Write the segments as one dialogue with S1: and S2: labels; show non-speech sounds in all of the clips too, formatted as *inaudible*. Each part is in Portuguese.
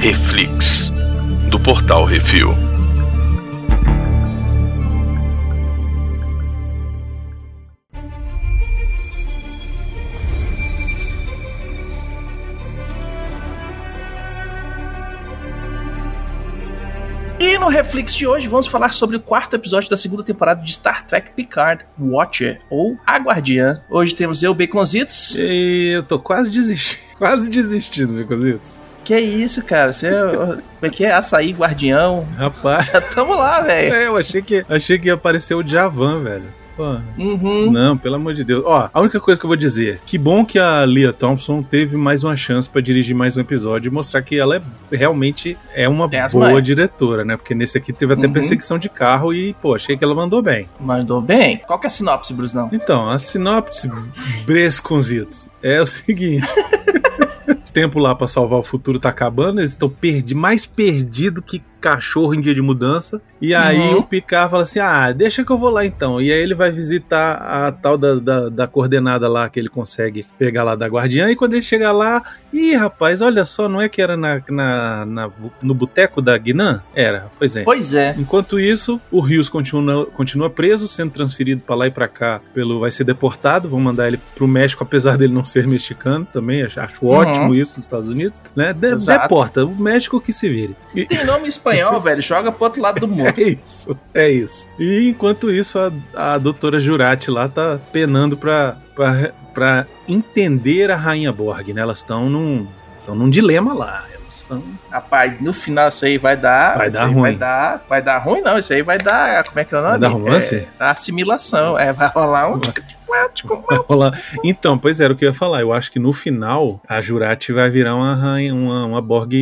S1: Reflix, do portal Refil.
S2: E no Reflex de hoje vamos falar sobre o quarto episódio da segunda temporada de Star Trek Picard, Watcher, ou A Guardiã. Hoje temos eu, Baconzitos.
S3: E eu tô quase desistindo, *laughs* quase desistindo, Baconzitos.
S2: Que isso, cara? Você. Como é que é? Açaí, guardião? *laughs*
S3: Rapaz,
S2: Tamo lá, velho.
S3: é, eu achei que, achei que ia aparecer o Javan, velho. Pô,
S2: Uhum.
S3: Não, pelo amor de Deus. Ó, a única coisa que eu vou dizer, que bom que a Leah Thompson teve mais uma chance pra dirigir mais um episódio e mostrar que ela é, realmente é uma
S2: Tem as
S3: boa
S2: manhas.
S3: diretora, né? Porque nesse aqui teve até
S2: Uhum.
S3: perseguição de carro e, pô, achei que ela mandou bem.
S2: Mandou bem. Qual que é a sinopse, Brusão?
S3: Então, a sinopse Bresconzitos é o seguinte. *laughs* O tempo lá pra salvar o futuro tá acabando, eles estão perdi mais perdido que cachorro em dia de mudança. E aí
S2: Uhum.
S3: o Picard fala assim: ah, deixa que eu vou lá então. E aí ele vai visitar a tal da, da, da coordenada lá que ele consegue pegar lá da Guardiã. E quando ele chegar lá, ih rapaz, olha só, não é que era na, na, na- no boteco da Guinan? Era, pois é.
S2: Pois é.
S3: Enquanto isso, o Rios continua, continua preso, sendo transferido pra lá e pra cá pelo. Vai ser deportado, vão mandar ele pro México, apesar dele não ser mexicano também. Acho, acho
S2: Uhum.
S3: ótimo isso nos Estados Unidos. Né? De-
S2: Exato.
S3: deporta, o México que se vire. E-
S2: Tem nome em espanhol, *laughs* velho. Joga pro outro lado do mundo. *laughs*
S3: é isso, é isso. E enquanto isso, a, a doutora Jurati lá tá penando pra, pra, pra entender a Rainha Borg, né? Elas estão num. Estão num dilema lá. Elas estão.
S2: Rapaz, no final isso aí vai dar.
S3: Vai
S2: isso
S3: dar
S2: aí
S3: ruim.
S2: Vai dar, vai dar ruim, não. Isso aí vai dar. Como é que é o nome?
S3: Vai dar romance?
S2: É, assimilação. É, vai rolar um.
S3: Vai rolar. Então, pois era o que eu ia falar. Eu acho que no final a Jurati vai virar uma, rainha- uma, uma Borg.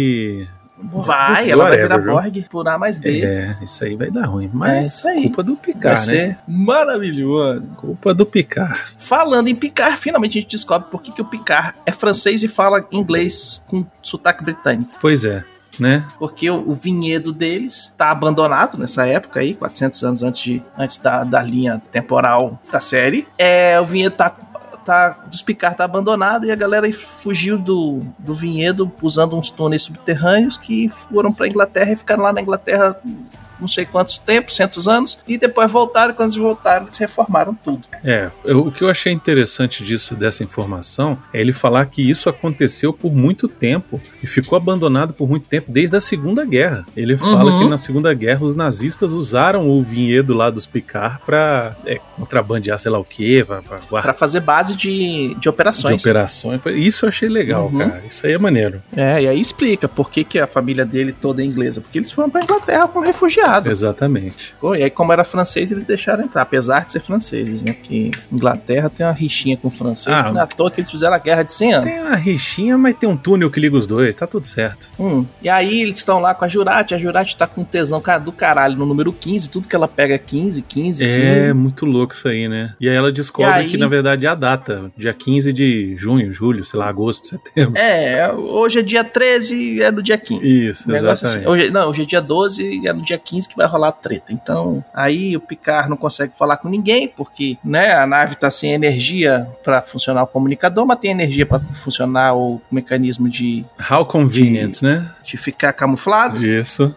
S2: Vai, ela vai
S3: Whatever,
S2: virar
S3: viu?
S2: Borg por A mais B.
S3: É, isso aí vai dar ruim.
S2: É
S3: Mas
S2: isso aí.
S3: culpa do
S2: Vai
S3: Picar, né?
S2: ser maravilhoso.
S3: Culpa do Picar.
S2: Falando em Picard, finalmente a gente descobre por que, que o Picard é francês e fala inglês com sotaque britânico.
S3: Pois é, né?
S2: Porque o, o vinhedo deles tá abandonado nessa época aí, 400 anos antes, de, antes da, da linha temporal da série. É, o vinhedo tá, tá, dos Picard tá abandonado e a galera fugiu do, do vinhedo usando uns túneis subterrâneos que foram pra Inglaterra e ficaram lá na Inglaterra não sei quantos tempos, centos anos, e depois voltaram, e quando eles voltaram, eles reformaram tudo.
S3: É, eu- o que eu achei interessante disso, dessa informação, é ele falar que isso aconteceu por muito tempo e ficou abandonado por muito tempo, desde a Segunda Guerra. Ele fala
S2: Uhum.
S3: que na Segunda Guerra os nazistas usaram o vinhedo lá dos Picar pra é, contrabandear sei lá o quê, pra, pra guardar
S2: Pra fazer base de, de
S3: De
S2: operações.
S3: operações. Isso eu achei legal,
S2: Uhum.
S3: cara. Isso aí é maneiro.
S2: É, e aí explica por que, que a família dele toda é inglesa. Porque eles foram pra Inglaterra como refugiados.
S3: Exatamente.
S2: Pô, E aí, como era francês, eles deixaram entrar, apesar de ser franceses, né? Porque Inglaterra tem uma rixinha com o francês,
S3: Ah.
S2: ah, na toa que eles fizeram a guerra de 100 anos.
S3: Tem uma rixinha, mas tem um túnel que liga os dois. Tá tudo certo.
S2: Hum. E aí eles estão lá com a Jurati, a Jurati tá com tesão cara, do caralho no número 15, tudo que ela pega é 15, 15, 15.
S3: É muito louco isso aí, né? E aí ela descobre
S2: E aí?
S3: que, na verdade, é a data. Dia 15 de junho, julho, sei lá, agosto, setembro.
S2: É, hoje é dia 13 é no dia 15.
S3: Isso,
S2: Um negócio assim.
S3: exatamente.
S2: Hoje, não, hoje é dia 12 e é no dia 15 que vai rolar a treta. Então, aí o Picard não consegue falar com ninguém, porque né, a nave tá sem energia pra funcionar o comunicador, mas tem energia pra funcionar o mecanismo de,
S3: How convenient, né?
S2: de ficar camuflado.
S3: Isso.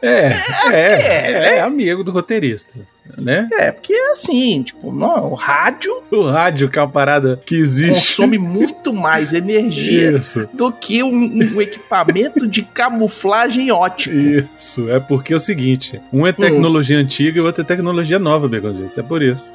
S3: é, é, é amigo do roteirista, né?
S2: É, porque é assim, tipo, não, o rádio
S3: O rádio, que é uma parada que existe.
S2: consome muito mais energia
S3: Isso.
S2: do que um, um equipamento de camuflagem ótico.
S3: Isso, é porque é o seguinte: um
S2: Hum.
S3: é tecnologia antiga e o outro é tecnologia nova, Begonzitos. É por isso.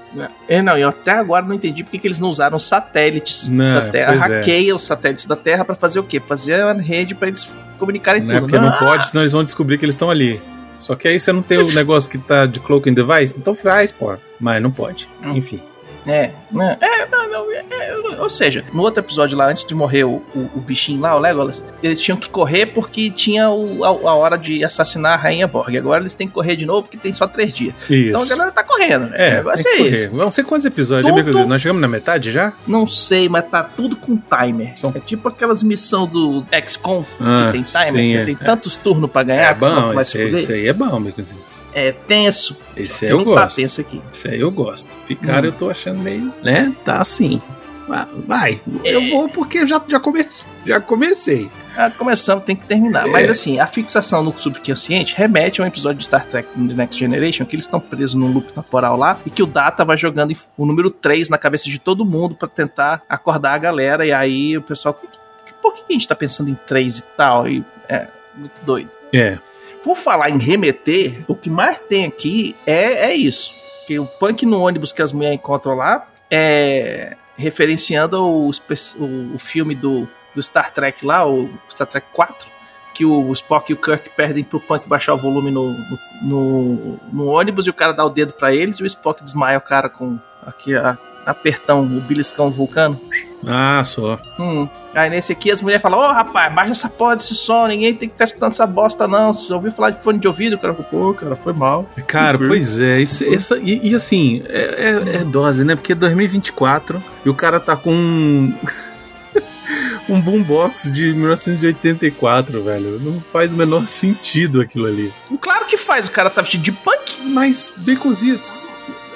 S2: É, não, eu até agora não entendi porque que eles não usaram satélites
S3: Não,
S2: da Terra.
S3: pois é.
S2: Hackeia os satélites da Terra pra fazer o quê? Fazer uma rede pra eles comunicarem
S3: Não é
S2: tudo.
S3: porque não
S2: Ah,
S3: pode, senão eles vão descobrir que eles estão ali. Só que aí você não tem o negócio que tá de cloak and device, então faz, pô. Mas não pode.
S2: Hum.
S3: Enfim.
S2: É, né? é, não, não, é, é, ou seja, no outro episódio lá, antes de morrer o, o- o bichinho lá, o Legolas, eles tinham que correr porque tinha o- a, a hora de assassinar a Rainha Borg. Agora eles têm que correr de novo porque tem só três dias.
S3: Isso.
S2: Então a galera tá correndo, né?
S3: É,
S2: vai
S3: tem
S2: ser
S3: que correr.
S2: isso.
S3: Vão ser quantos episódios,
S2: Tudo-
S3: hein, Begonzitos? Nós chegamos na metade já?
S2: Não sei, mas tá tudo com timer.
S3: São-
S2: É tipo aquelas missões do XCOM que tem timer,
S3: sim,
S2: que
S3: é.
S2: tem tantos turnos pra ganhar,
S3: É
S2: que senão tu
S3: bom,
S2: vai se
S3: esse,
S2: fuder.
S3: esse aí é bom, Begonzitos.
S2: É tenso.
S3: Esse aí
S2: Eu
S3: eu
S2: não tá
S3: gosto.
S2: tenso aqui.
S3: Esse aí eu gosto. Picar eu tô achando meio. Né? Tá assim. Vai, eu vou porque eu já, já comecei. Já comecei.
S2: Ah, começamos, tem que
S3: É.
S2: terminar. Mas assim, a fixação no subconsciente remete a um episódio de Star Trek The Next Generation, que eles estão presos num loop temporal lá, e que o Data vai jogando em- o número 3 na cabeça de todo mundo pra tentar acordar a galera, e aí o pessoal, "Que- que- por que a gente tá pensando em 3 e tal? E, é, muito doido.
S3: É.
S2: Por falar em remeter, o que mais tem aqui é, é isso. Que o punk no ônibus que as mulheres encontram lá é referenciando o, espe- o- o filme do, do Star Trek lá, o Star Trek 4, que o Spock e o Kirk perdem pro punk baixar o volume no, no, no- no ônibus e o cara dá o dedo pra eles e o Spock desmaia o cara com aqui a apertão, o beliscão vulcano.
S3: Ah, só.
S2: Hum. Aí nesse aqui as mulheres falam, ô rapaz, baixa essa porra desse som, ninguém tem que ficar escutando essa bosta, não. Você já ouviu falar de fone de ouvido? O cara ficou, pô, cara, foi mal.
S3: Cara,
S2: Uhum.
S3: pois é. isso- essa, e, e assim, é, é- é dose, né? Porque é 2024 e o cara tá com um, *laughs* um boombox de 1984, velho. Não faz o menor sentido aquilo ali.
S2: Claro que faz, o cara tá vestido de punk.
S3: Mas, Baconzitos,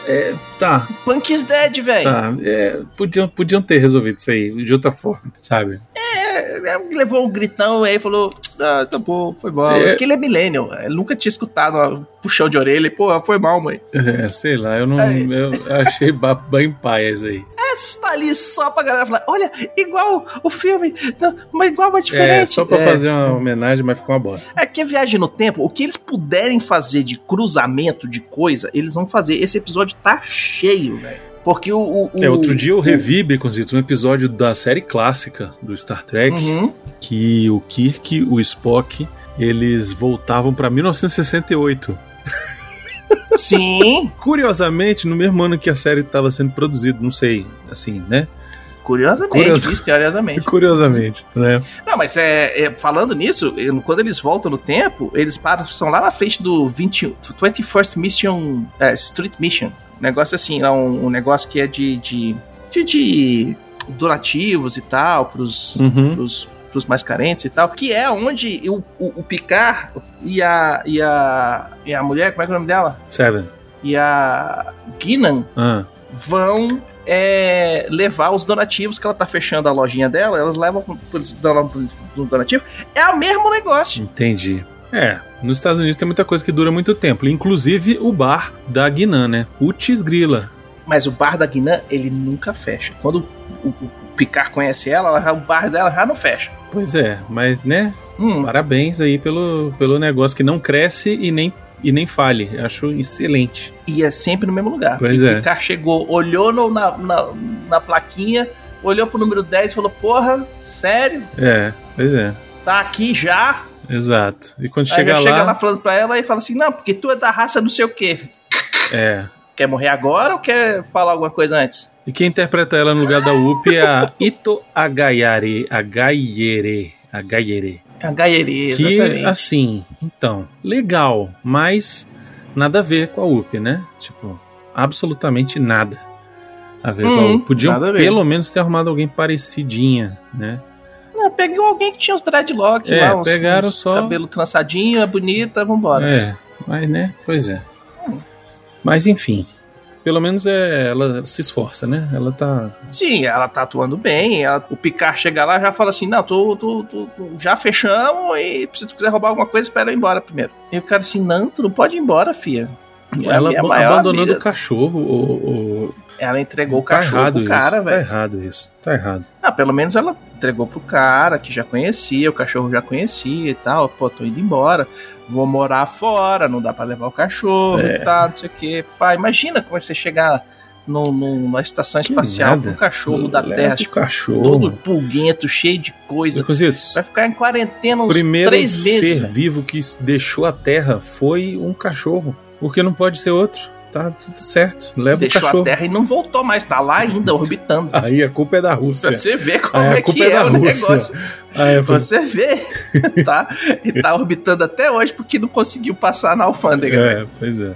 S3: é, tá,
S2: Punk is dead, velho.
S3: Tá, é, podiam, podiam ter resolvido isso aí de outra forma, sabe?
S2: É, é, levou um gritão aí falou, ah, tá bom, foi mal.
S3: É.
S2: Porque ele é millennial, ele nunca tinha escutado um puxão de orelha, e, pô, foi mal, mãe.
S3: É, sei lá, eu não.
S2: Aí.
S3: Eu achei ba- bem paias aí.
S2: Essa tá ali só pra galera falar, olha, igual o filme, não, mas igual, mas diferente.
S3: É, só pra fazer uma homenagem, mas ficou uma bosta.
S2: É que é viagem no tempo, o que eles puderem fazer de cruzamento de coisa, eles vão fazer. Esse episódio tá cheio, velho. Porque o, o- o-
S3: É, outro dia eu revi, Beconzitos, um episódio da série clássica do Star Trek,
S2: Uhum.
S3: que o Kirk, o Spock, eles voltavam pra 1968.
S2: Sim, *laughs*
S3: Curiosamente, no mesmo ano que a série estava sendo produzida, não sei, assim, né?
S2: curiosamente,
S3: Curiosa-
S2: isso, teoriosamente.
S3: Curiosamente, né?
S2: Não, mas é, é, falando nisso, eu- quando eles voltam no tempo, eles param, são lá na frente do 20, 21st Mission, é, Street Mission. Negócio assim, lá um, um negócio que é de, de, de, de donativos e tal, pros,
S3: Uhum.
S2: pros, pros mais carentes e tal, que é onde o, o, o Picard e a, e, a, e a mulher, como é que é o nome dela?
S3: Seven.
S2: E a Guinan
S3: Ah,
S2: vão é, levar os donativos que ela tá fechando a lojinha dela, elas levam pro- eles dão lá pro- pro donativo, é o mesmo negócio.
S3: Entendi. É, nos Estados Unidos tem muita coisa que dura muito tempo, inclusive o bar da Guinan, né? Putz grila.
S2: Mas o bar da Guinan, ele nunca fecha. Quando o, o- o Picard conhece ela, ela já- o bar dela já não fecha.
S3: Pois é, mas né,
S2: Hum,
S3: parabéns aí pelo, pelo negócio que não cresce e nem, e nem falhe. Acho excelente.
S2: e é sempre no mesmo lugar.
S3: Pois
S2: e
S3: é.
S2: Picard chegou, olhou no- na, na, na plaquinha, olhou pro número 10 e falou: Porra, sério?
S3: É, pois é,
S2: Tá aqui já?
S3: exato. E quando
S2: Aí já
S3: chegar
S2: chega lá
S3: lá,
S2: falando pra ela e fala assim: Não, porque tu é da raça não sei o quê.
S3: é.
S2: Quer morrer agora ou quer falar alguma coisa antes?
S3: E quem interpreta ela no lugar da UP
S2: *laughs*
S3: é a Ito Agayare, Agayere, Agayere.
S2: É a gaieria,
S3: Que,
S2: exatamente.
S3: assim, então, legal, mas nada a ver com a UP, né? Tipo, absolutamente nada a ver com a
S2: Uhum,
S3: UP. Podiam
S2: nada a ver.
S3: pelo menos ter arrumado alguém parecidinha, né?
S2: Não, pegou alguém que tinha os dreadlock
S3: É,
S2: lá, uns,
S3: pegaram
S2: uns
S3: só-
S2: cabelo trançadinho, é bonita, vambora.
S3: É, mas né? Pois é. Mas enfim, pelo menos é, ela se esforça, né? Ela tá.
S2: Sim, ela tá atuando bem, ela- o Picard chega lá e já fala assim, não, tu, tu, tu- tu- já fechamos e se tu quiser roubar alguma coisa, espera eu ir embora primeiro. E o cara assim, não, tu não pode ir embora, fia. É a
S3: Ela
S2: minha
S3: ab-
S2: maior
S3: abandonando
S2: amiga.
S3: o cachorro. O, o-
S2: Ela entregou o
S3: tá
S2: cachorro
S3: errado
S2: pro cara,
S3: isso.
S2: velho.
S3: Tá errado isso. Tá errado.
S2: Ah, pelo menos ela entregou pro cara que já conhecia, o cachorro já conhecia e tal. Pô, tô indo embora, vou morar fora, não dá pra levar o cachorro
S3: É.
S2: e tal, não sei o quê. Pá, imagina como é você chegar no, no- numa estação
S3: Que
S2: espacial
S3: nada.
S2: com o cachorro da
S3: Leva
S2: Terra,
S3: pro
S2: tipo, todo
S3: cachorro.
S2: pulguento, cheio de coisa.
S3: Cozidos.
S2: Vai ficar em quarentena uns
S3: primeiro é
S2: três
S3: ser
S2: meses. velho.
S3: vivo que s- deixou a Terra foi um cachorro. Porque não pode ser outro. Tá tudo certo. Leva o
S2: Deixou a
S3: cachorro.
S2: Terra e não voltou mais, tá lá ainda orbitando.
S3: *laughs* Aí a culpa é da
S2: Pra
S3: Rússia.
S2: você ver como
S3: Ah, a
S2: é que
S3: culpa é
S2: é,
S3: da
S2: o
S3: Rússia.
S2: negócio.
S3: Aí eu
S2: Pra
S3: falei,
S2: você ver, *laughs* tá? E tá orbitando até hoje porque não conseguiu passar na alfândega.
S3: é, pois é.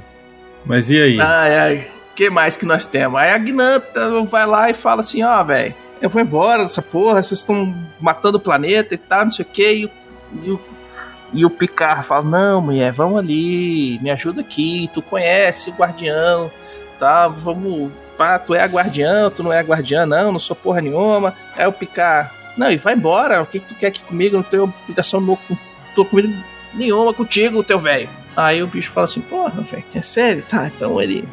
S3: Mas e aí?
S2: Ai, ai. que mais que nós temos? Aí a Gnanta vai lá e fala assim, ó, velho, eu vou embora dessa porra, vocês estão matando o planeta e tal, não sei o quê. E, o- e o, e o Picard fala, não, mulher, vamos ali, me ajuda aqui, tu conhece o Guardião, tá? Vamos... pá, tu é a guardiã, tu não é a guardiã, não, não sou porra nenhuma. Aí o Picard, não, e vai embora, o que, que tu quer aqui comigo? Não tenho obrigação no, tô comigo nenhuma contigo, teu velho. Aí o bicho fala assim, porra, velho, é sério? Tá, então ele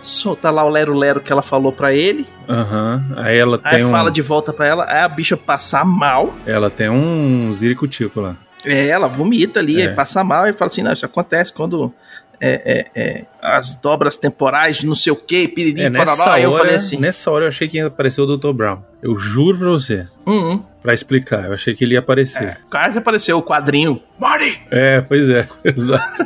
S2: solta lá o lero-lero que ela falou pra ele.
S3: Aham. Aí ela tem
S2: Aí
S3: um.
S2: fala de volta pra ela, aí a bicha passa mal.
S3: Ela tem um ziricutico lá.
S2: É, ela vomita ali,
S3: É.
S2: aí passa mal e fala assim: não, isso acontece quando é, é, é, as dobras temporais, não sei o que, piriri,
S3: É, nessa
S2: pororó.
S3: hora,
S2: Aí eu falei assim:
S3: nessa hora eu achei que ia aparecer o Dr. Brown. Eu juro pra você.
S2: hum, hum.
S3: Pra explicar, eu achei que ele ia aparecer.
S2: O cara já apareceu o quadrinho. Marty!
S3: É, pois é, *laughs* exato.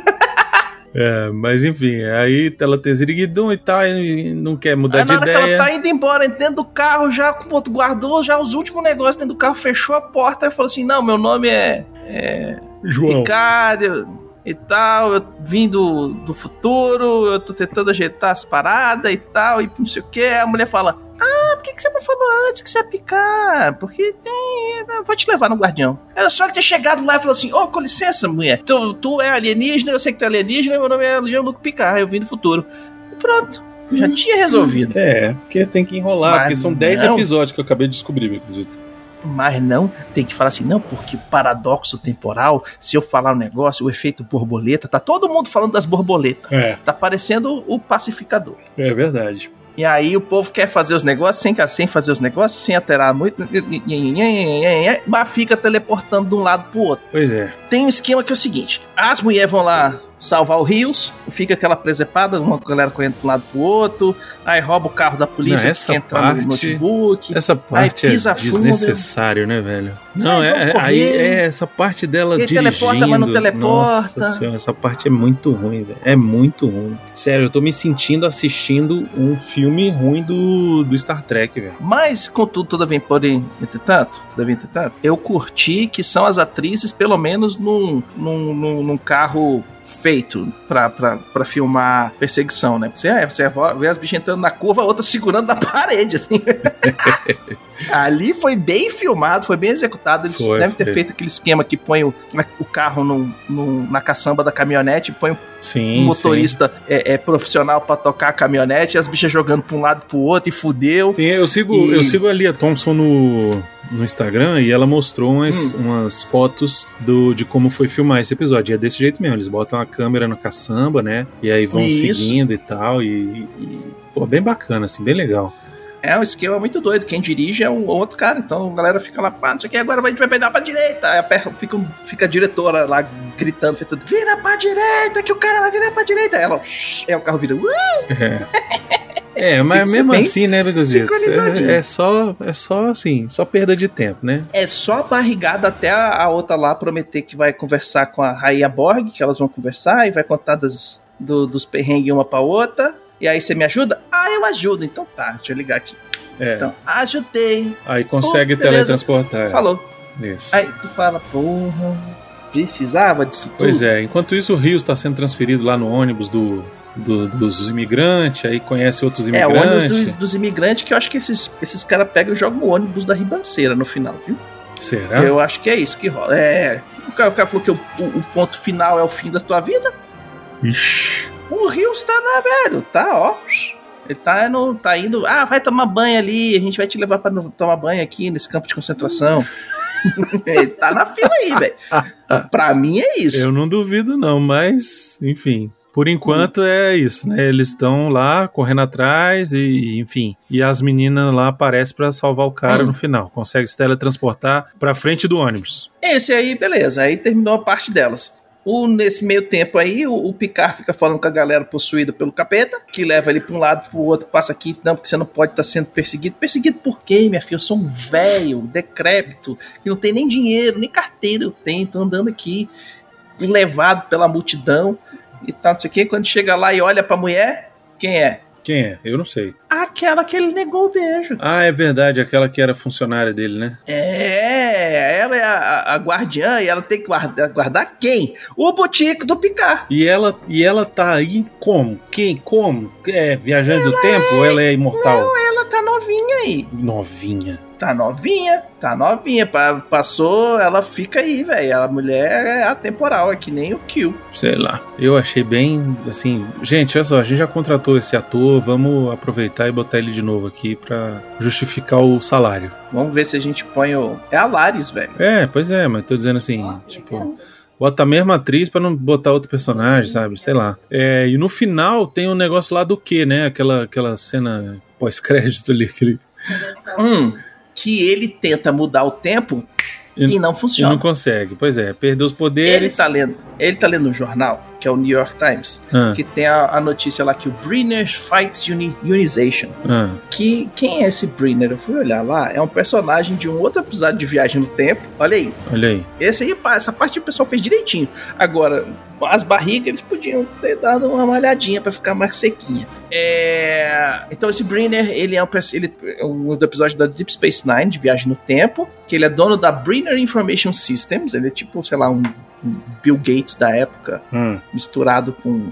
S3: É, mas enfim, aí ela tem ziriguidum e tal, e não quer mudar
S2: Aí
S3: de
S2: na hora que
S3: ideia.
S2: ela tá indo embora, dentro do carro, já guardou já os últimos negócios dentro do carro, fechou a porta e falou assim: não, meu nome é. é
S3: João.
S2: Picard eu- e tal, eu vim do, do futuro, eu tô tentando ajeitar as paradas e tal, e não sei o que. A mulher fala: Ah, por que, que você não falou antes que você ia picar? Porque tem. eu vou te levar no guardião. Era só ele ter chegado lá e falou assim: Ô, com licença, mulher, tu, tu é alienígena, eu sei que tu é alienígena, meu nome é Legião Luke Picard, eu vim do futuro. E pronto, já tinha resolvido.
S3: É, porque tem que enrolar,
S2: Mas
S3: porque são 10
S2: não.
S3: episódios que eu acabei de descobrir, inclusive.
S2: Mas não, tem que falar assim, não, porque paradoxo temporal, se eu falar um negócio, o efeito borboleta, tá todo mundo falando das borboletas.
S3: É,
S2: Tá parecendo o pacificador.
S3: é verdade.
S2: E aí o povo quer fazer os negócios sem, sem fazer os negócios, sem alterar muito, mas fica teleportando de um lado pro outro.
S3: Pois é.
S2: Tem um esquema que é o seguinte: as mulheres vão lá salvar o Rios, fica aquela presepada, uma galera correndo de um lado pro outro, aí rouba o carro da polícia
S3: Não, essa
S2: que entra
S3: parte-
S2: no notebook.
S3: Essa parte é
S2: pisa fundo,
S3: desnecessário, né, velho? Não,
S2: Ai,
S3: é,
S2: vamos
S3: é- aí
S2: correr.
S3: é essa parte dela
S2: Ele
S3: dirigindo.
S2: teleporta, mas não teleporta.
S3: Nossa senhora, essa parte é muito ruim, velho. É muito ruim. Sério, eu tô me sentindo assistindo um filme ruim do, do Star Trek, velho.
S2: Mas, contudo, todavia, porém, entretanto, todavia, entretanto, eu curti que são as atrizes, pelo menos num, num, num, num carro feito pra, pra, pra filmar perseguição, né? Você, é, você vê as bichas entrando na curva, a outra segurando na *laughs* parede,
S3: *laughs*
S2: assim. Ali foi bem filmado, foi bem executado. Eles
S3: Foi,
S2: devem ter
S3: foi.
S2: feito aquele esquema que põe o, o carro no, no- na caçamba da caminhonete, põe o
S3: Sim.
S2: um motorista é, é profissional pra tocar a caminhonete, as bichas jogando pra um lado pro outro e fudeu.
S3: Sim, Sim, eu sigo,
S2: E-
S3: eu sigo a Lia Thompson no, no Instagram e ela mostrou umas,
S2: Hum.
S3: umas fotos do, de como foi filmar esse episódio. E é desse jeito mesmo, eles botam a câmera na caçamba, né? E aí vão
S2: Isso.
S3: seguindo e tal. E, e- pô, bem bacana, assim, bem legal.
S2: É um esquema muito doido. Quem dirige é um outro cara. Então a galera fica lá, pá, não sei o que, agora a gente vai pegar pra direita. Aí a perra- fica, um- fica a diretora lá gritando, feito, vira pra direita, que o cara vai virar pra direita. Aí ela, "Shh", aí o carro vira, "Ué".
S3: É, mas
S2: ser
S3: mesmo
S2: bem
S3: assim, né, Begozito?
S2: sincronizadinho.
S3: É, é só, é só assim, só perda de tempo, né?
S2: é só barrigada até a, a outra lá prometer que vai conversar com a Raia Borg, que elas vão conversar e vai contar das, do- dos perrengues uma pra outra. E aí você me ajuda? Ah, eu ajudo. Então tá, deixa eu ligar aqui.
S3: É,
S2: Então, ajudei.
S3: aí consegue
S2: Pô, beleza.
S3: teletransportar.
S2: Falou.
S3: Isso.
S2: Aí tu fala, porra, precisava disso tudo.
S3: Pois é, enquanto isso o Rio está sendo transferido lá no ônibus do, do- dos imigrantes, aí conhece outros
S2: É, o
S3: imigrantes.
S2: ônibus do- dos imigrantes, que eu acho que esses, esses caras pegam e jogam o ônibus da ribanceira no final, viu?
S3: Será?
S2: Eu acho que é isso que rola. É. O cara, o cara falou que o, o- o ponto final é o fim da tua vida.
S3: Ixi.
S2: O Rio está na velho, tá, ó. Ele tá, no, tá indo. Ah, vai tomar banho ali, a gente vai te levar pra no- tomar banho aqui nesse campo de concentração. *laughs* Ele tá na fila aí, velho. Pra mim é isso.
S3: Eu não duvido, não, mas, enfim. Por enquanto é isso, né? Eles estão lá correndo atrás e, enfim. E as meninas lá aparecem pra salvar o cara
S2: Hum.
S3: no final. Consegue se teletransportar pra frente do ônibus.
S2: Esse aí, beleza. Aí terminou a parte delas. O, nesse meio tempo aí, o, o Picard fica falando com a galera possuída pelo capeta, que leva ele pra um lado, pro outro, passa aqui, não, porque você não pode estar sendo perseguido. Perseguido por quê, minha filha? Eu sou um velho, decrépito, que não tem nem dinheiro, nem carteira eu tenho, tô andando aqui, levado pela multidão e tal, não sei o quê. Quando chega lá e olha pra mulher, quem é?
S3: Quem é? Eu não sei.
S2: Aquela que ele negou o beijo.
S3: Ah, é verdade, aquela que era funcionária dele, né?
S2: É, ela é a, a guardiã e ela tem que guarda- guardar quem? O botico do Picard.
S3: E ela, e ela tá aí como? Quem? Como? É viajante do tempo ou ela é imortal?
S2: Ela tá novinha aí.
S3: Novinha.
S2: Tá novinha, tá novinha. pa- passou, ela fica aí, velho. A mulher é atemporal, é que nem o Kill.
S3: Sei lá. Eu achei bem assim. Gente, olha só, a gente já contratou esse ator, vamos cortar e botar ele de novo aqui pra justificar o salário.
S2: Vamos ver se a gente põe o. É a Laris, velho.
S3: É, pois é, mas tô dizendo assim, tipo. Bota a mesma atriz pra não botar outro
S2: Uhum.
S3: personagem, sabe? Sei lá. É, e no final tem um negócio lá do que, né? Aquela, aquela cena pós-crédito ali. Aquele...
S2: Um, que ele tenta mudar o tempo
S3: E-
S2: e não
S3: E não
S2: funciona.
S3: consegue. Pois é, perdeu os
S2: Ele
S3: poderes.
S2: tá lendo. Ele tá lendo um jornal, que é o New York Times,
S3: Ah,
S2: que tem a, a notícia lá que o Brenner fights uni- unization.
S3: ah.
S2: Que quem é esse Brenner? Eu fui olhar lá, é um personagem de um outro episódio de Viagem no Tempo. Olha aí.
S3: Olha aí.
S2: Esse aí, pá, essa parte o pessoal fez direitinho. Agora, as barrigas eles podiam ter dado uma malhadinha pra ficar mais sequinha. É, Então esse Brenner, ele é um pers- ele é um do episódio da Deep Space Nine de Viagem no Tempo, que ele é dono da Brenner Information Systems, ele é tipo, sei lá, um um Bill Gates da época,
S3: Hum,
S2: misturado com um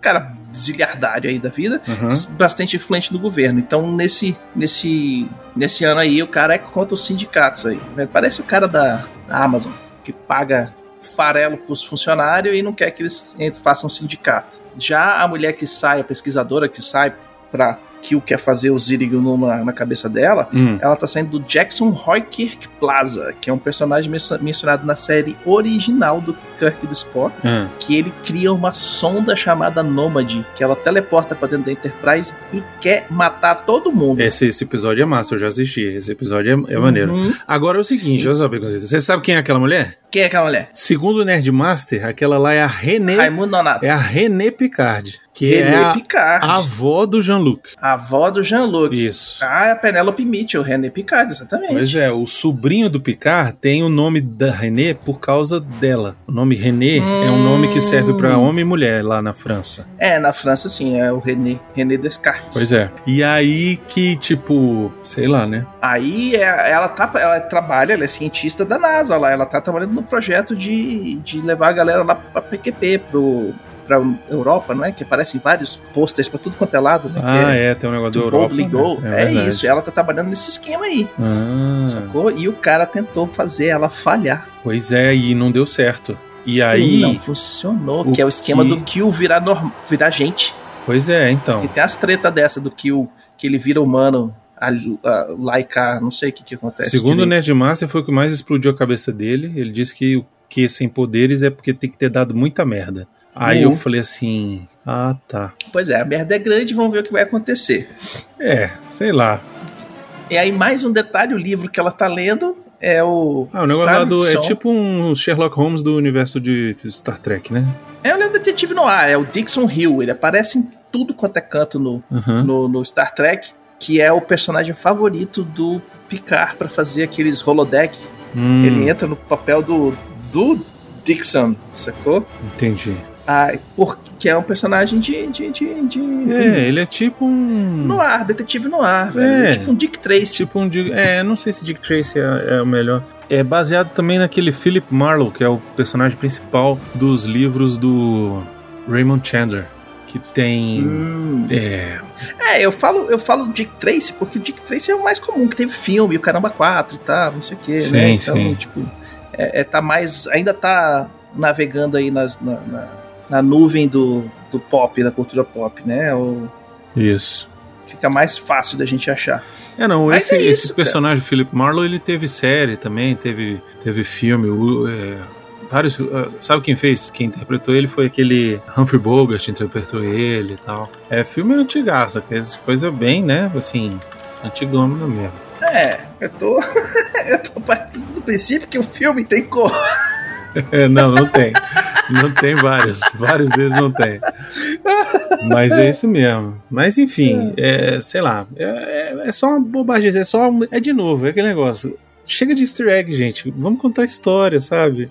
S2: cara zilhardário aí da vida
S3: uhum.
S2: bastante influente no governo. Então, nesse, nesse, nesse ano aí, o cara é contra os sindicatos aí. né? Parece o cara da da Amazon, que paga farelo pros funcionários e não quer que eles entrem- façam sindicato. Já a mulher que sai, a pesquisadora que sai pra que o quer fazer o Zirigil na, na cabeça dela,
S3: Hum.
S2: ela tá saindo do Jackson Roy Kirk Plaza, que é um personagem menso- mencionado na série original do Kirk do Spock
S3: Ah,
S2: que ele cria uma sonda chamada Nômade, que ela teleporta pra dentro da Enterprise e quer matar todo mundo.
S3: Esse, esse episódio é massa, eu já assisti. Esse episódio é, é maneiro.
S2: Uhum.
S3: Agora é o seguinte, olha só, Baconzito, você sabe quem é aquela mulher?
S2: Quem é aquela mulher?
S3: Segundo o Nerdmaster, aquela lá é a René.
S2: Raimundo Nonato.
S3: É a René Picard. Que
S2: René
S3: é a,
S2: Picard.
S3: a avó do Jean-Luc.
S2: A avó do Jean-Luc.
S3: Isso.
S2: Ah, é a Penélope Mitchell, René Picard, exatamente.
S3: Pois é, o sobrinho do Picard tem o nome da René por causa dela. O nome René é um nome que serve pra
S2: Hum.
S3: homem e mulher lá na França.
S2: É, na França, sim, é o René, René Descartes.
S3: Pois é. E aí que, tipo, sei lá, né?
S2: Aí é- ela, tá, ela trabalha, ela é cientista da NASA lá, ela tá trabalhando no projeto de, de levar a galera lá pra PQP, pro, pra Europa, não é? Que aparecem vários posters pra tudo quanto é lado, né? Que
S3: Ah, é, tem um negócio da
S2: do
S3: Europa.
S2: Boldly Go.
S3: né?
S2: É,
S3: verdade.
S2: isso, ela tá trabalhando nesse esquema aí,
S3: Ah.
S2: sacou? E o cara tentou fazer ela falhar.
S3: Pois é, e não deu certo. E
S2: E não
S3: aí,
S2: funcionou,
S3: o
S2: que é o esquema
S3: que-
S2: do Kill virar, norm... virar gente.
S3: pois é,
S2: E
S3: então.
S2: tem as tretas dessa do Kill, que ele vira humano, a, a, lá e cá, não sei o que que acontece.
S3: Segundo o
S2: direito.
S3: Nerdmaster, foi o que mais explodiu a cabeça dele. Ele disse que o que sem poderes é porque tem que ter dado muita merda. Aí
S2: Uhum.
S3: eu falei assim: ah, tá.
S2: Pois é, a merda é grande, vamos ver o que vai acontecer.
S3: É, sei lá.
S2: E aí, mais um detalhe, o livro que ela tá lendo é o...
S3: Ah, o negócio lá do. É
S2: Tradução.
S3: tipo um Sherlock Holmes do universo de Star Trek, né?
S2: É o Detetive Noir, é o Dixon Hill, ele aparece em tudo quanto é canto no,
S3: Aham.
S2: no, no Star Trek, que é o personagem favorito do Picard pra fazer aqueles holodeck.
S3: Hum,
S2: Ele entra no papel do, do Dixon, sacou?
S3: Entendi.
S2: Ah, porque é um personagem de. de, de, de
S3: É, ele é tipo um.
S2: No ar, detetive no ar.
S3: É.
S2: Tipo um Dick Tracy.
S3: Tipo um. Dick- É, não sei se Dick Tracy é, é o melhor. É baseado também naquele Philip Marlowe, que é o personagem principal dos livros do Raymond Chandler, que tem.
S2: Hum.
S3: É,
S2: É, eu falo, eu falo Dick Tracy porque o Dick Tracy é o mais comum, que teve filme, o Caramba 4 e tal, não sei o quê, né?
S3: Sim,
S2: Então,
S3: sim.
S2: tipo, é, é, tá mais. Ainda tá navegando aí nas- na, na, na nuvem do, do pop, da cultura pop, né? O-
S3: isso.
S2: fica mais fácil da gente achar.
S3: É, não,
S2: Mas
S3: esse,
S2: é isso,
S3: esse personagem, Philip Marlowe, ele teve série também, teve, teve filme, o- é, vários. ah, Sabe quem fez? Quem interpretou ele foi aquele Humphrey Bogart, interpretou ele e tal. É filme antigaça, que é coisa bem, né? Assim, antigômeno mesmo.
S2: É, eu tô. *laughs* eu tô partindo do princípio que o filme tem cor.
S3: É, não, não tem. Não tem vários. Vários deles não tem. Mas é isso mesmo. Mas enfim, é, sei lá. É, é- é só uma bobagem. É só. um- É de novo, é aquele negócio. Chega de easter egg, gente. Vamos contar história, sabe?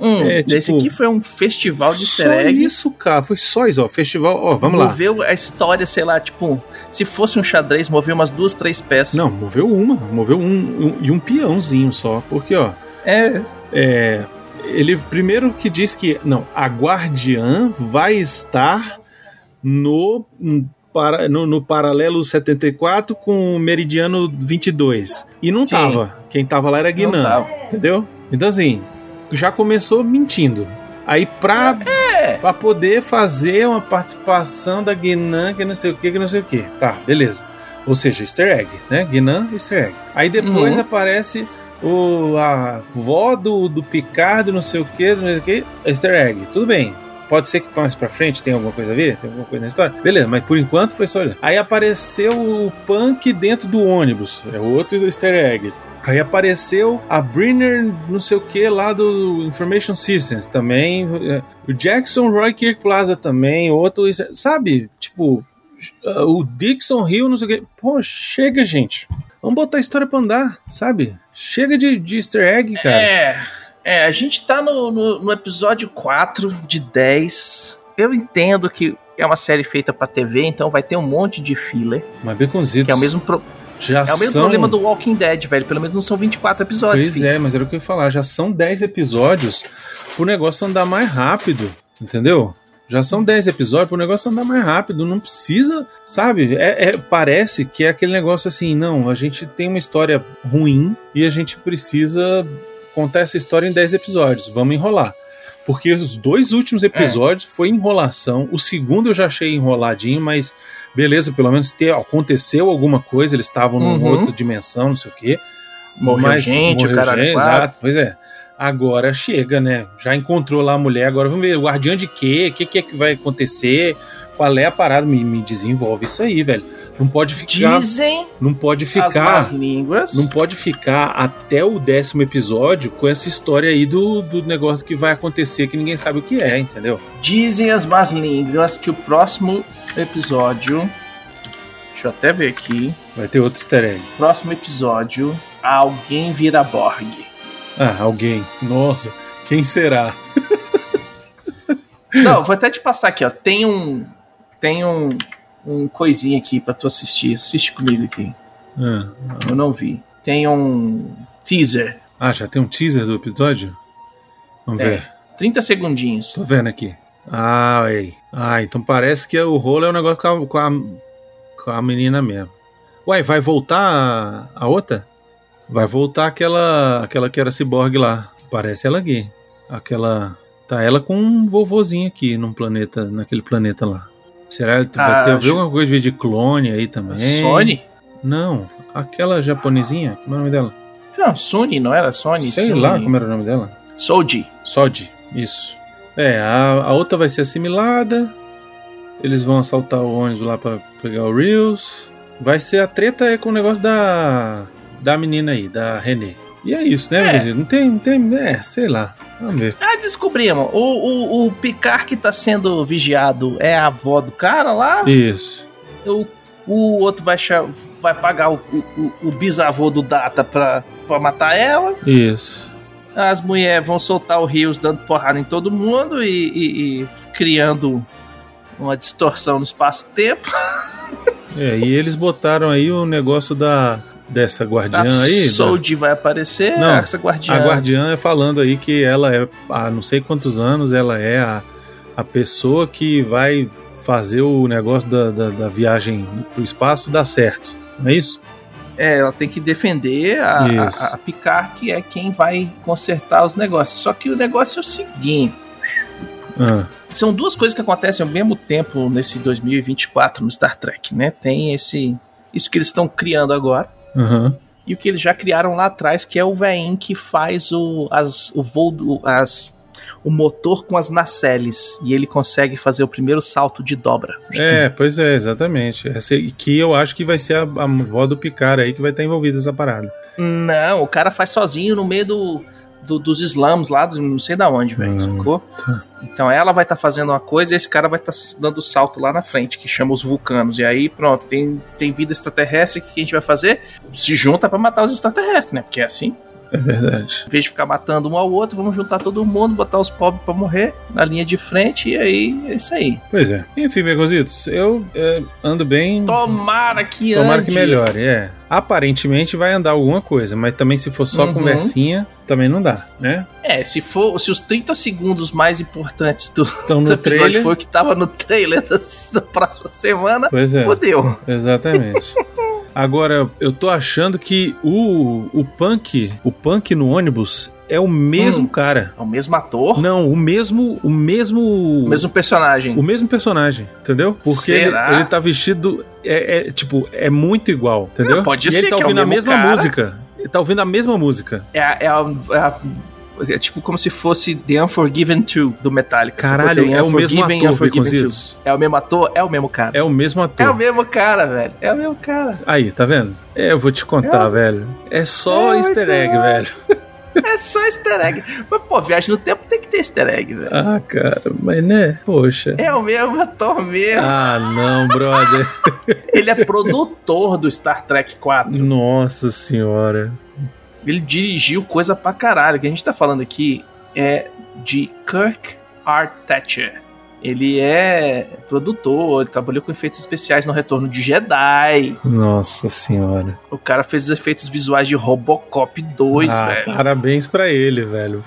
S2: Hum,
S3: É, tipo,
S2: esse aqui foi um festival de easter
S3: Só
S2: egg.
S3: isso, cara. Foi só isso, ó. Festival, ó, vamos lá.
S2: Moveu a história, sei lá, tipo, se fosse um xadrez, moveu umas duas, três peças.
S3: Não, moveu uma. Moveu um, um- e um peãozinho só. Porque, ó.
S2: É,
S3: É, ele primeiro que diz que não, a guardiã vai estar no para, no, no paralelo 74 com o meridiano 22. E não
S2: Sim.
S3: tava. Quem tava lá era
S2: não
S3: Guinan,
S2: tava.
S3: entendeu? Então assim, já começou mentindo. Aí pra,
S2: É.
S3: pra poder fazer uma participação da Guinan, que não sei o que, que não sei o que. Tá, beleza. Ou seja, easter egg, né? Guinan, easter egg. Aí depois
S2: Uhum.
S3: aparece o, a avó do, do Picard, não sei o que, não sei o que, easter egg. Tudo bem. Pode ser que mais pra frente tenha alguma coisa a ver, tem alguma coisa na história. Beleza, mas por enquanto foi só olhar. Aí apareceu o Punk dentro do ônibus. É outro easter egg. Aí apareceu a Brenner, não sei o que, lá do Information Systems também. é, O Jackson Roy Kirk Plaza também, outro. easter- Sabe? Tipo, ah, o Dixon Hill, não sei o que. Pô, chega, gente. Vamos botar a história pra andar, sabe? Chega de, de easter egg, cara.
S2: É, é, a gente tá no, no- no episódio 4 de 10. Eu entendo que é uma série feita pra TV, então vai ter um monte de filler.
S3: Mas bem com os itens,
S2: Que é o mesmo, pro-
S3: já
S2: é o mesmo
S3: são-
S2: problema do Walking Dead, velho. Pelo menos não são 24 episódios.
S3: Pois
S2: filho.
S3: é, mas era o que eu ia falar. Já são 10 episódios pro negócio andar mais rápido, entendeu? Já são 10 episódios pro negócio andar mais rápido. Não precisa, sabe? É- é- parece que é aquele negócio assim, não, a gente tem uma história ruim e a gente precisa contar essa história em 10 episódios. Vamos enrolar. Porque os dois últimos
S2: É.
S3: episódios foi enrolação. O segundo eu já achei enroladinho, mas beleza, pelo menos te- aconteceu alguma coisa, eles estavam numa
S2: Uhum.
S3: outra dimensão, não sei o quê.
S2: Morreu
S3: Mas
S2: gente, o
S3: morreu
S2: caralho.
S3: gente,
S2: quatro.
S3: exato, pois é. Agora chega, né? Já encontrou lá a mulher, agora vamos ver, o guardião de quê? O que, que é que vai acontecer? Qual é a parada? Me, me desenvolve isso aí, velho. Não pode ficar.
S2: Dizem
S3: Não pode
S2: as más
S3: ficar.
S2: línguas.
S3: Não pode ficar até o décimo episódio com essa história aí do, do negócio que vai acontecer que ninguém sabe o que é, entendeu?
S2: Dizem as más línguas que o próximo episódio. Deixa eu até ver aqui.
S3: Vai ter outro easter egg.
S2: Próximo episódio. Alguém vira Borg.
S3: Ah, alguém. Nossa, quem será?
S2: Não, vou até te passar aqui, ó. Tem um. Tem um. Um coisinha aqui pra tu assistir. Assiste comigo aqui.
S3: Ah,
S2: Eu não vi. Tem um teaser.
S3: Ah, já tem um teaser do episódio? Vamos
S2: É.
S3: ver.
S2: 30 segundinhos.
S3: Tô vendo aqui. Ah, ei. Ah, então parece que o rolo é um negócio com a, com a- com a menina mesmo. Uai, vai voltar a, a outra? Vai voltar aquela aquela que era ciborgue lá. Parece ela aqui. Aquela. Tá ela com um vovozinho aqui num planeta, naquele planeta lá. Será que vai
S2: Ah,
S3: ter
S2: acho-
S3: alguma coisa de clone aí também?
S2: Sony?
S3: Não, aquela japonesinha, como é o nome dela?
S2: Não, Sony, não era Sony?
S3: Sei
S2: Sony.
S3: lá como é- era o nome dela.
S2: Soji.
S3: Sod, isso. É, a, a outra vai ser assimilada. Eles vão assaltar o ônibus lá pra pegar o Reels. Vai ser a treta é com o negócio da da menina aí, da René. E é isso, né,
S2: É.
S3: Brasil? Não tem, não tem, é, sei lá. Vamos ver.
S2: Ah, descobrimos. O, o, o Picard que tá sendo vigiado é a avó do cara lá?
S3: Isso.
S2: O, o outro vai, cha- vai pagar o, o, o- o bisavô do Data pra, pra matar ela?
S3: Isso.
S2: As mulheres vão soltar o Rios dando porrada em todo mundo e, e- e criando uma distorção no espaço-tempo.
S3: É, e eles botaram aí o negócio da dessa guardiã
S2: A
S3: aí, da-
S2: Soldi vai aparecer,
S3: Não,
S2: essa guardiã.
S3: A guardiã é falando aí que ela é, há não sei quantos anos, ela é a, a pessoa que vai fazer o negócio da, da, da viagem pro espaço dar certo. Não é isso?
S2: É, ela tem que defender a, a-
S3: Isso.
S2: a Picard, que é quem vai consertar os negócios. Só que o negócio é o seguinte:
S3: Ah,
S2: são duas coisas que acontecem ao mesmo tempo nesse 2024 no Star Trek, né? Tem esse. Isso que eles estão criando agora.
S3: aham.
S2: e o que eles já criaram lá atrás, que é o veinho que faz o, as, o voo, do- as, o motor com as nacelles. E ele consegue fazer o primeiro salto de dobra.
S3: É, pois é, exatamente. Essa, é, e que eu acho que vai ser a, a vó do Picard aí que vai estar envolvida nessa parada.
S2: Não, o cara faz sozinho no meio do, do- dos slams lá, do- não sei da onde, velho,
S3: Hum,
S2: sacou? Então ela vai estar fazendo uma coisa e esse cara vai estar dando salto lá na frente, que chama os vulcanos. E aí, pronto, tem, tem vida extraterrestre, o que que a gente vai fazer? Se junta pra matar os extraterrestres, né? Porque é assim.
S3: É verdade.
S2: Em vez de ficar matando um ao outro, vamos juntar todo mundo, botar os pobres pra morrer na linha de frente, e aí é isso aí.
S3: Pois é. Enfim, Begositos, eu é, ando bem.
S2: Tomara que
S3: Tomara
S2: ande.
S3: que melhore, é. Aparentemente vai andar alguma coisa, mas também se for só
S2: Uhum.
S3: conversinha, também não dá, né?
S2: É, se for, se os 30 segundos mais importantes do,
S3: Então
S2: do
S3: no
S2: episódio
S3: trailer.
S2: foi o que tava no trailer da, da próxima semana,
S3: Pois é,
S2: fodeu.
S3: exatamente. Agora, eu tô achando que o, o punk, o punk no ônibus é o mesmo
S2: Hum.
S3: cara.
S2: É o mesmo ator,
S3: Não, o mesmo, o mesmo,
S2: o mesmo personagem.
S3: Hum. o mesmo personagem, entendeu? Porque ele,
S2: Será?
S3: ele tá vestido é, é, tipo, é muito igual, entendeu?
S2: Não, pode
S3: e
S2: ser
S3: ele tá
S2: que é o
S3: ouvindo a
S2: mesmo
S3: mesma
S2: cara.
S3: música. Ele tá ouvindo a mesma música.
S2: É, a- é, a- é a- é tipo como se fosse The Unforgiven 2 do Metallica. Você
S3: Caralho,
S2: botei
S3: é o mesmo
S2: Unforgiven e
S3: ator,
S2: Unforgiven
S3: Beconzitos.
S2: 2. É o mesmo ator? É o mesmo cara.
S3: É o mesmo
S2: É,
S3: ator.
S2: o mesmo cara, velho. É o mesmo cara.
S3: Aí, tá vendo? É, eu vou te contar,
S2: É.
S3: velho. É só
S2: É,
S3: easter
S2: muito
S3: egg,
S2: bom.
S3: velho.
S2: É só easter egg. Mas, pô, viagem no tempo tem que ter easter egg, velho.
S3: Ah, cara, mas né? Poxa.
S2: É o mesmo ator mesmo.
S3: Ah, não, brother.
S2: Ele é produtor do Star Trek 4.
S3: Nossa senhora.
S2: Ele dirigiu coisa pra caralho. O que a gente tá falando aqui é de Kirk R. Thatcher. Ele é produtor, ele trabalhou com efeitos especiais no Retorno de Jedi.
S3: Nossa senhora.
S2: O cara fez os efeitos visuais de Robocop 2,
S3: Ah,
S2: velho.
S3: Parabéns pra ele, velho.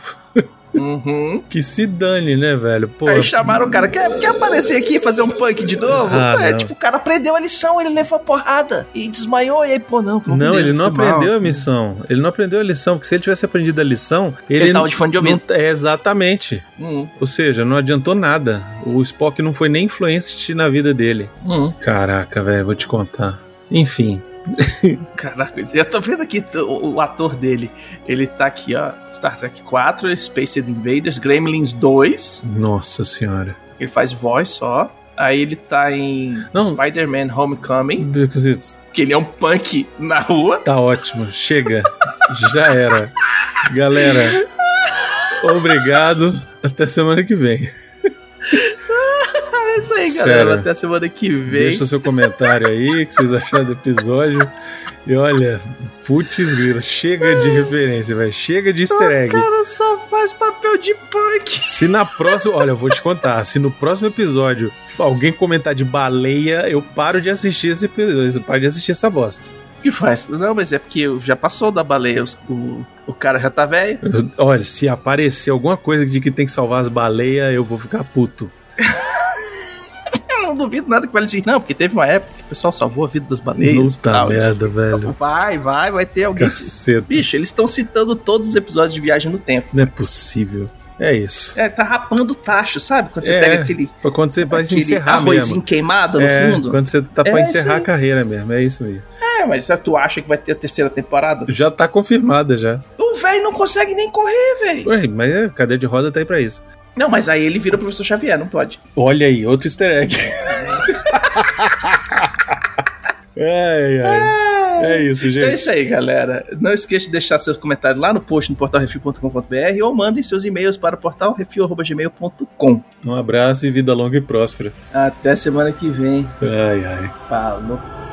S2: Uhum.
S3: Que se dane, né, velho? Pô,
S2: Aí chamaram o cara, quer, quer aparecer aqui e fazer um punk de novo?
S3: Ah,
S2: é,
S3: não.
S2: tipo, o cara aprendeu a lição, ele levou a porrada e desmaiou, e aí, pô, não. pô,
S3: Não,
S2: beleza,
S3: ele não
S2: foi um mal. né?
S3: aprendeu a missão. Ele não aprendeu a lição, porque se ele tivesse aprendido a lição,
S2: Ele,
S3: ele,
S2: tava de fone de
S3: não,
S2: ouvido.
S3: é exatamente.
S2: Uhum.
S3: Ou seja, não adiantou nada. O Spock não foi nem influente na vida dele.
S2: Uhum.
S3: Caraca, velho, vou te contar. Enfim.
S2: Caraca, eu tô vendo aqui t- o, o ator dele. Ele tá aqui, ó. Star Trek 4, Space Invaders, Gremlins 2.
S3: Nossa senhora.
S2: Ele faz voz só. Aí ele tá em
S3: Não.
S2: Spider-Man Homecoming,
S3: Becositos,
S2: que ele é um punk na rua.
S3: Tá ótimo. Chega. Já era. Galera, obrigado. Até semana que vem.
S2: É isso aí,
S3: Sério.
S2: galera. Até semana que vem.
S3: Deixa o seu comentário aí, o que vocês acharam do episódio. E olha, putz, grila, chega de referência, velho. Chega de easter egg.
S2: cara só faz papel de punk.
S3: Se na próxima. Olha, eu vou te contar. Se no próximo episódio alguém comentar de baleia, eu paro de assistir esse episódio. Eu paro de assistir essa bosta.
S2: O que faz? Não, mas é porque já passou da baleia. os- O, o cara já tá velho.
S3: Eu- olha, se aparecer alguma coisa de que tem que salvar as baleias, eu vou ficar puto.
S2: Eu não duvido nada que vai dizer. Não, porque teve uma época que o pessoal salvou a vida das baleias. e
S3: Puta
S2: tal.
S3: merda, velho.
S2: Vai, vai, vai ter alguém.
S3: Caceta.
S2: Bicho, eles estão citando todos os episódios de Viagem no Tempo.
S3: Não é possível. É isso.
S2: É, tá rapando o tacho, sabe? Quando você
S3: É,
S2: pega aquele,
S3: Pra Quando você vai se
S2: aquele
S3: encerrar
S2: arrozinho
S3: mesmo.
S2: queimado no
S3: É,
S2: fundo.
S3: quando você tá pra
S2: É, isso
S3: encerrar a
S2: aí.
S3: carreira mesmo, é isso mesmo.
S2: É, mas tu acha que vai ter a terceira temporada?
S3: Já tá confirmada já.
S2: O velho não consegue nem correr, velho.
S3: Ué, mas é, cadeira de roda tá aí pra isso.
S2: Não, mas aí ele vira o professor Xavier, não pode.
S3: Olha aí, outro easter *laughs* egg. ai, ai. É isso,
S2: Então é
S3: gente.
S2: isso aí, galera. Não esqueça de deixar seus comentários lá no post no portalrefil.com.br ou mandem seus e-mails para portalrefil.gmail.com.
S3: Um abraço e vida longa e próspera.
S2: Até semana que vem.
S3: Ai, ai.
S2: Falou.